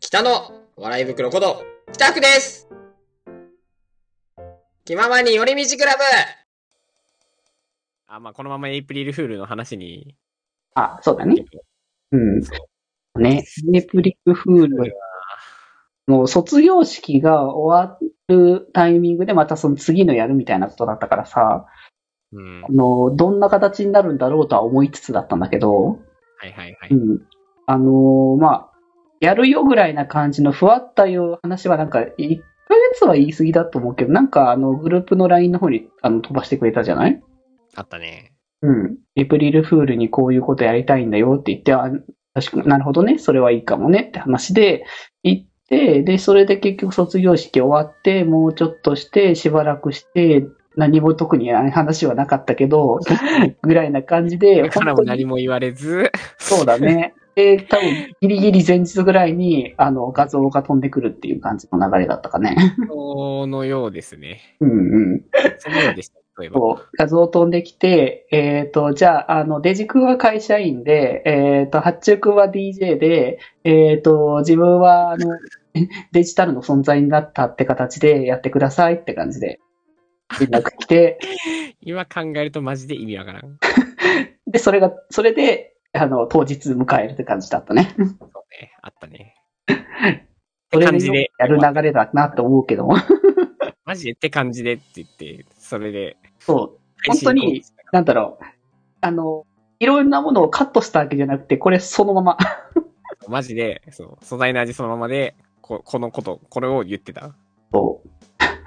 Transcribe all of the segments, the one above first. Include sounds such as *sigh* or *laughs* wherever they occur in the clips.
北の笑い袋こと、北区です気ままに寄り道クラブあ、まあ、このままエイプリルフールの話に。あ、そうだね。うん。ね。エイプリルフール。もう卒業式が終わるタイミングでまたその次のやるみたいなことだったからさ、うん。はあの、どんな形になるんだろうとは思いつつだったんだけど、いはいはうい。ん。あのーまあ、やるよぐらいな感じのふわったよ話はなんか、1ヶ月は言い過ぎだと思うけど、なんかあの、グループの LINE の方にあの飛ばしてくれたじゃないあったね。うん。エイプリルフールにこういうことやりたいんだよって言って、あ、確かになるほどね、それはいいかもねって話で行って、で、それで結局卒業式終わって、もうちょっとして、しばらくして、何も特に話はなかったけど、 *laughs* ぐらいな感じで、だからも本当に何も言われず、そうだね。で、多分、ギリギリ前日ぐらいに、あの、画像が飛んでくるっていう感じの流れだったかね。そのようです *laughs* ね。うんうん。そのようでした、例えば。こう、画像飛んできて、えっ、と、じゃあ、あの、デジ君は会社員で、えっ、と、八中君は DJ で、えっ、と、自分は、あの、 *laughs* デジタルの存在になったって形でやってくださいって感じで、連絡来て、今考えるとマジで意味わからん。で、それが、それで、あの、当日迎えるって感じだったね。そうね。あったね。 *laughs* っそてれ感でじで。やる流れだなと思うけども、マジでって感じでって言って、それで。そう、本当になんだろう、あの、いろんなものをカットしたわけじゃなくて、これそのまま、マジで、そう、素材の味そのままで、ここのこと、これを言ってた。そう。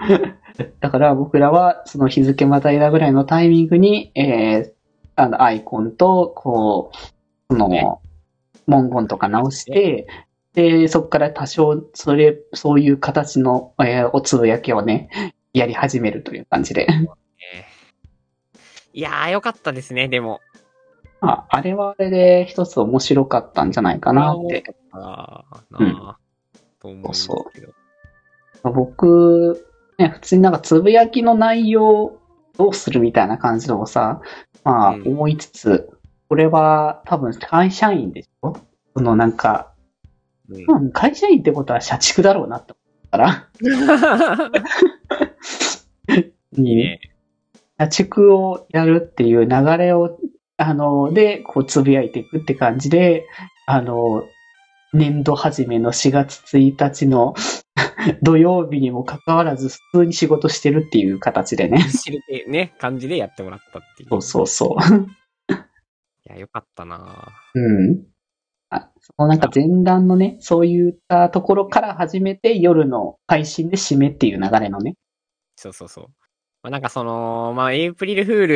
*laughs* だから僕らは、その日付またいだぐらいのタイミングに、えー、あの、アイコンと、こう、そねの、文言とか直して、で、そこから多少、それ、そういう形の、えーおつぶやきをね、やり始めるという感 *laughs* じで。いやー、よかったですね、でも。まあ、あれはあれで一つ面白かったんじゃないかなって。あーうんなーと思うんですけど。僕、ね、普通になんかつぶやきの内容をどうするみたいな感じのをさ、まあうん思いつつ、これは多分会社員でしょそのなんか、うんうん、会社員ってことは社畜だろうなって思ったから、 *laughs* いいね。社畜をやるっていう流れを、あの、で、こうつぶやいていくって感じで、あの、年度初めの4月1日の *laughs* 土曜日にもかかわらず普通に仕事してるっていう形でね。知れてね、感じでやってもらったっていう。そうそうそう。いや、よかったなうん。あ、そのなんか前段のね、そういったところから始めて夜の配信で締めっていう流れのね。そうそうそう。まあ、なんかその、まあ、エイプリルフー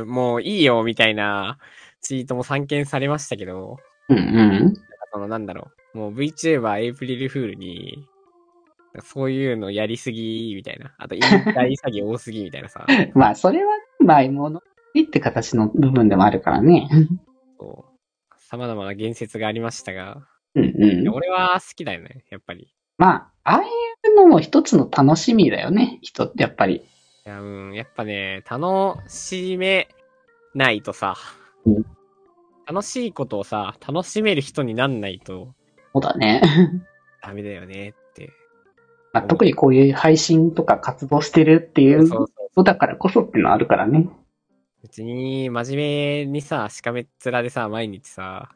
ル、もういいよ、みたいなツイートも散見されましたけど、うんうん。なんかその、なんだろう、もう VTuber エイプリルフールに、そういうのやりすぎ、みたいな。あと、引退詐欺多すぎ、みたいな *laughs* さ。まあそれは、まあ物って形の部分でもあるからね。こう、様々な言説がありましたが、うんいうんや。俺は好きだよね、やっぱり。まあ、ああいうのも一つの楽しみだよね。人ってやっぱり。いや、うん、やっぱね、楽しめないとさうん、楽しいことをさ、楽しめる人になんないとそうだ *laughs* ね。ダメだよねって。まあ、特にこういう配信とか活動してるっていうそうこそうとだからこそっていうのはあるからね。別に、真面目にさ、しかめっ面でさ、毎日さ、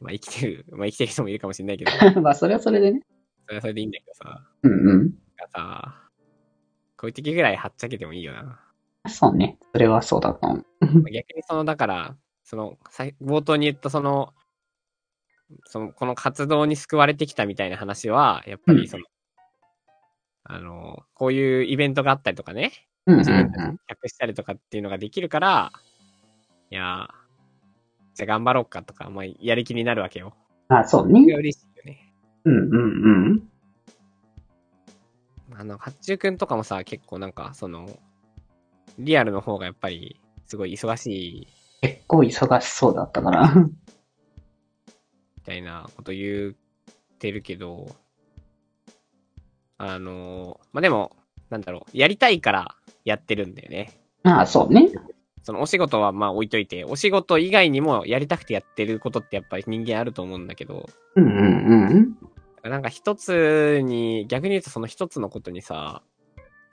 まあ生きてる、 *laughs* まあ生きてる人もいるかもしれないけど、そまあそれはそれでね。れはそれでいいんだけどさ、うんうん。なんかさ、こういう時ぐらいはっちゃけてもいいよな。そうね。それはそうだと思う。まあ逆にその、だから、その、さい冒頭に言ったその、その、この活動に救われてきたみたいな話は、やっぱりその、あの、こういうイベントがあったりとかね、うんうん自分たちうでん。客したりとかっていうのができるから、いやー、じゃあ頑張ろうかとか、まあ、やる気になるわけよ。まあそうそれね。が嬉しいよね。うんうんうん。あの、八中くんとかもさ、結構なんか、その、リアルの方がやっぱり、すごい忙しい結構忙しそうだったから。みたいなこと言ってるけど、あのーまあ、でも、なんだろう、やりたいからやってるんだよね。ま *laughs* あ、そうね。そのお仕事はまあ置いといて、お仕事以外にもやりたくてやってることってやっぱり人間あると思うんだけど、うんうんうん。だなんか一つに、逆に言うとその一つのことにさ、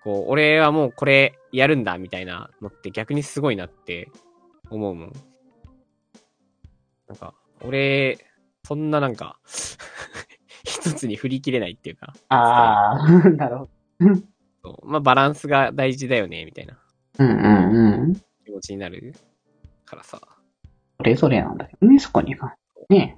こう、俺はもうこれやるんだみたいなのって逆にすごいなって思うもん。なんか、俺、そんななんか、 *laughs* 一つに振り切れないっていうか、ああ、なるほど。そうまあバランスが大事だよね、みたいなうんうんうん。気持ちになるからさ。それぞれなんだけどね、そこには。ね。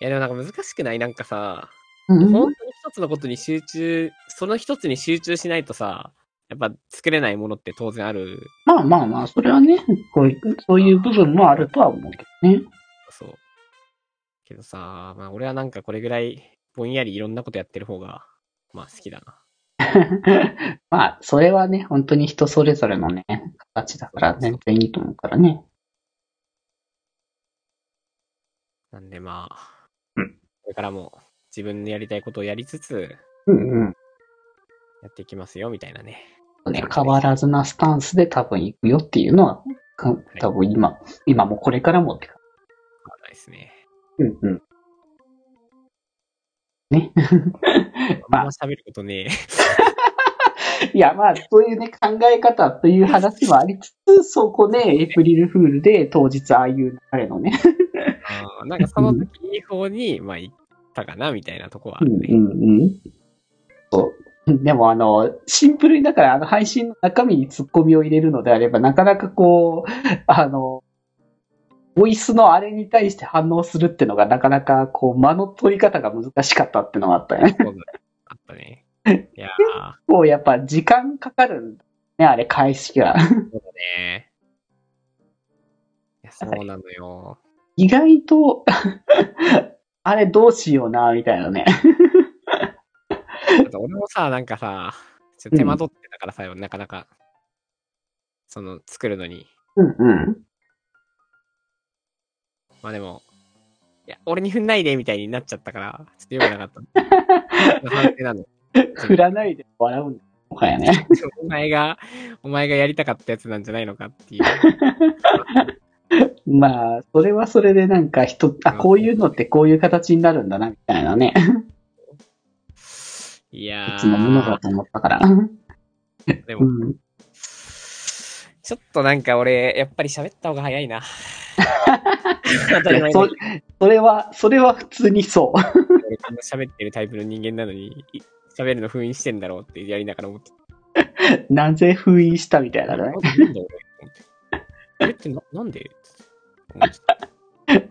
いやでもなんか難しくないなんかさ、うんう本ん。当に一つのことに集中、その一つに集中しないとさ、やっぱ作れないものって当然ある。まあまあまあ、それはね、こういそういう部分もあるとは思うけどね。 *laughs* そう。けどさ、まあ俺はなんかこれぐらいぼんやりいろんなことやってる方が、まあ好きだな。まあ、それはね、本当に人それぞれのね、形だから全然いいと思うからね。なんでまあ、うんこれからも自分のやりたいことをやりつつ、うんうん。やっていきますよ、みたいなね。ね、変わらずなスタンスで多分行くよっていうのは、か多分今、今もこれからもってか。変わらないですね。うんうん。あま *laughs* あんま喋ることねえ。いや、まあ、そういうね、考え方という話もありつつ、そこで、エイプリルフールで当日ああいう流れのね、あーなんかその時いい方に、まあ行ったかな、みたいなとこはあうるんね。うんうん。そう。でもあの、シンプルにだからあの配信の中身に突っ込みを入れるのであれば、なかなかこう、あの、ボイスのあれに対して反応するってのがなかなかこう間の取り方が難しかったってのがあったよね。そうだあったね。いやー。こうやっぱ時間かかるんだね、あれ開始が。ねいや、そうなのよ。 *laughs* 意外と、 *laughs* あれどうしような、みたいなね。あと俺もさ、なんかさ、ちょっと手間取ってたからさ、なかなか、その、作るのに。うんうん。まあでも、いや、俺に振んないで、みたいになっちゃったから、ちょっと良くなかっ *laughs* た。反省なの。振らないで笑うんだ。もはやね。お前が、お前がやりたかったやつなんじゃないのかっていう。まあ、それはそれでなんか人、あ、こういうのってこういう形になるんだな、みたいなね。いやいつのものだー、と思ったから。でうも、ん。ちょっとなんか俺、やっぱり喋った方が早い *laughs* な。当たり前だけどそそれは、それは普通にそう。俺こんな喋ってるタイプの人間なのに、い喋るの封印してんだろうってやりながら思って。 *laughs* なぜ封印したみたいなね。なんだ俺これってななんで思って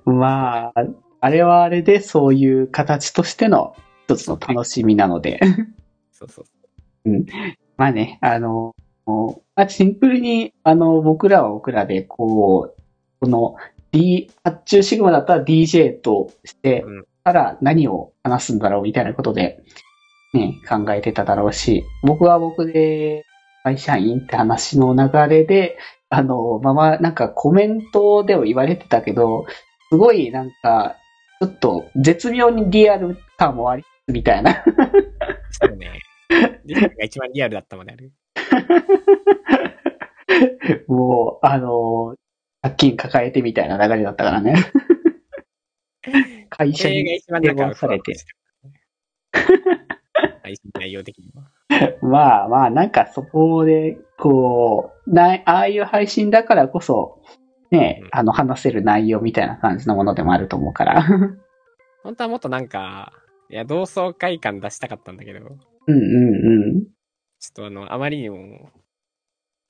たまあ、あれはあれでそういう形としての一つの楽しみなので。そうそう。まあね、あの、もうまあ、シンプルに、あの、僕らは僕らで、こう、この、D、発注シグマだったら DJ としてうん、たら何を話すんだろうみたいなことで、ね、考えてただろうし、僕は僕で、会社員って話の流れで、あの、まあまあ、なんかコメントでも言われてたけど、すごいなんか、ちょっと絶妙にリアル感もありつつみたいなそうね。リアルが一番リアルだったまである。もう、あのー、借金抱えてみたいな流れだったか *laughs* らね。会こ社れがに一番なん電か話されて。配信内容的には。まあまあ、なんかそこで、こう、ない、ああいう配信だからこそ、ねうん、あの、話せる内容みたいな感じのものでもあると思うから。 *laughs* 本当はもっとなんか、いや、同窓会感出したかったんだけど、ちょっうんうんとあの、あまりにも、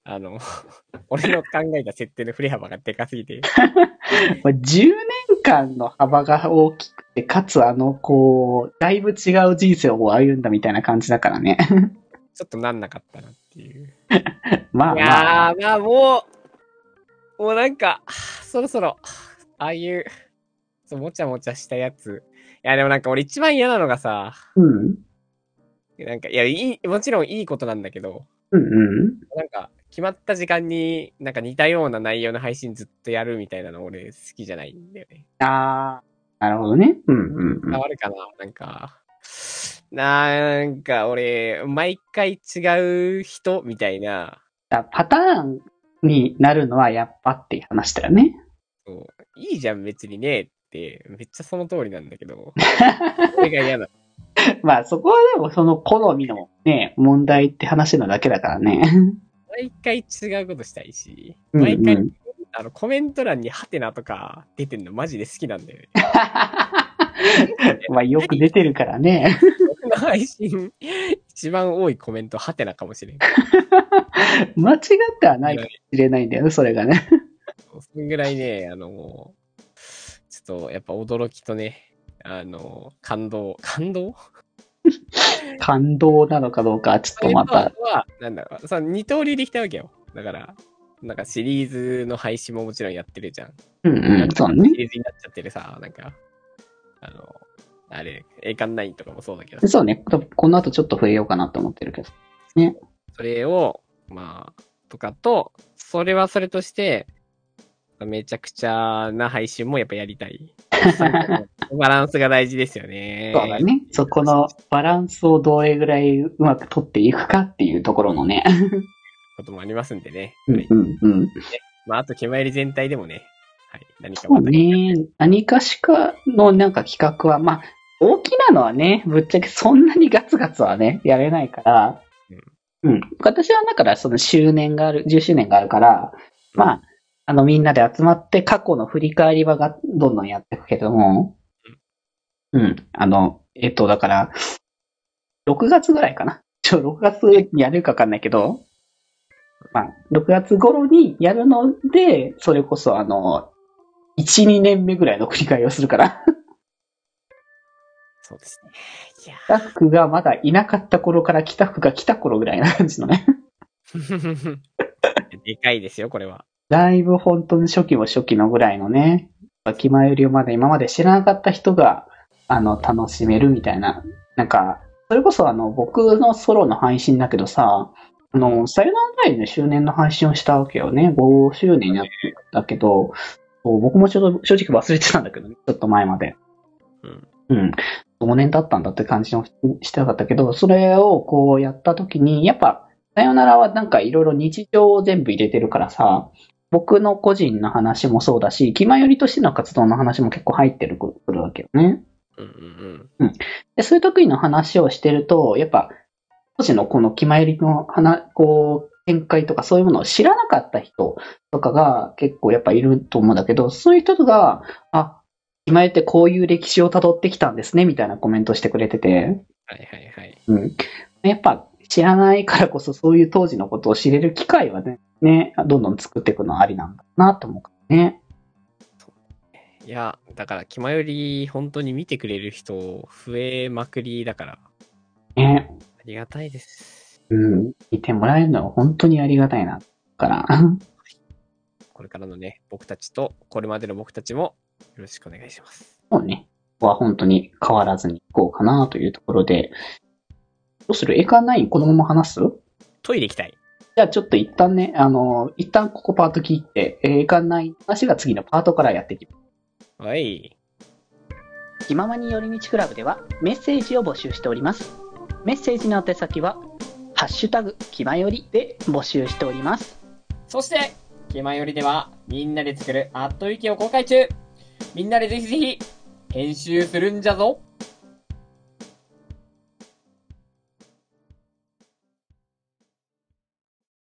あの、 *laughs* 俺の考えた設定の振れ幅がでかすぎて、うん。まあ10年間の幅が大きくて、かつあの、こう、だいぶ違う人生を歩んだみたいな感じだからね。ちょっとなんなかったなっていう。まあいまあ。やー、まあもう、もうなんか、そろそろ、ああいう、そうもちゃもちゃしたやつ。いや、でもなんか俺一番嫌なのがさ、うん。なんか、いや、いい、もちろんいいことなんだけど、うんうん。なんか、決まった時間に、なんか似たような内容の配信ずっとやるみたいなの俺好きじゃないんだよね。ああ、なるほどね。うんうんうん変。わるかななんか、なんか俺、毎回違う人みたいな、だパターンになるのはやっぱっていう話だよね。 *laughs* *laughs* そういいじゃん別にねって、めっちゃその通りなんだけど、それが嫌なのまあそこはでもその好みのね、問題って話なだけだから *laughs* ね。毎回違うことしたいし、うんうん毎回、あの、コメント欄にハテナとか出てんのマジで好きなんだよね。 *laughs* まあよく出てるからね。 *laughs* 僕の配信、一番多いコメントハテナかもしれん。間違ってはないかもしれないんだよね、それがね。そんぐらいね、あの、もうちょっとやっぱ驚きとね、あの、感動、感動感動なのかどうかはちょっとまあた。とは、なんだろう、その二刀流できたわけよ。だから、なんかシリーズの配信ももちろんやってるじゃん。うんうん、そうねシ。リーズになっちゃってるさ、なんか、あの、あれ、栄冠9とかもそうだけど、そうね。この後ちょっと増えようかなと思ってるけど。それを、まあ、とかと、それはそれとして、めちゃくちゃな配信もやっぱやりた *laughs* い。バランスが大事ですよね。そうだね。そこのバランスをどれぐらいうまく取っていくかっていうところのね。こともありますんでね。うんうんうん。まあ、あと、気まより全体でもね、はい、何かそうまたね。何かしかのなんか企画は、まあ、大きなのはね、ぶっちゃけそんなにガツガツはね、やれないから。うん。私はだからその周年がある、10周年があるから、まあ、あのみんなで集まって過去の振り返り場がどんどんやっていくけども、うん。あの、えっと、だから、6月ぐらいかな。ちょ、6月にやれるかわかんないけど、まあ、6月頃にやるので、それこそあの、1、2年目ぐらいの繰り返りをするから。そうですね。いや北福がまだいなかった頃から北福が来た頃ぐらいな感じのね。ー *laughs* でかいですよ、これは。だいぶ本当に初期も初期のぐらいのね、気前よりをまだ今まで知らなかった人が、あの、楽しめるみたいな。なんか、それこそあの、僕のソロの配信だけどさ、あの、さよならライブの周年の配信をしたわけよね。5周年になったけど、そう僕もちょっと正直忘れてたんだけどね、ちょっと前まで。うん。うん。5年経ったんだって感じのしてたんだけど、それをこうやった時に、やっぱ、さよならはなんかいろいろ日常を全部入れてるからさ、僕の個人の話もそうだし、気前よりとしての活動の話も結構入ってるくるわけよね。うんうんで、そういう時の話をしてると、やっぱ、当時のこの気前よりの話、こう、見解とかそういうものを知らなかった人とかが結構やっぱいると思うんだけど、そういう人が、あ、気前ってこういう歴史を辿ってきたんですね、みたいなコメントしてくれてて、はいはいはい。うん。やっぱ知らないからこそそういう当時のことを知れる機会はね、ね、どんどん作っていくのはありなんだなと思うからね。いや、だから、気まより、本当に見てくれる人、増えまくりだから、ね。ありがたいです。うん。いてもらえるのは本当にありがたいな。から。 *laughs* これからのね、僕たちと、これまでの僕たちも、よろしくお願いします。そうね。ここは本当に変わらずに行こうかなというところで。どうするエカ9このまま話すトイレ行きたい。じゃあちょっと一旦ね、あの、一旦ここパート聞いて、エカ9の話が次のパートからやっていきますはい。気ままに寄り道クラブではメッセージを募集しておりますメッセージの宛先は「ハッシュタグ気まより」で募集しておりますそして、気まよりでは、みんなで作るアットウィキを公開中みんなでぜひぜひ、編集するんじゃぞ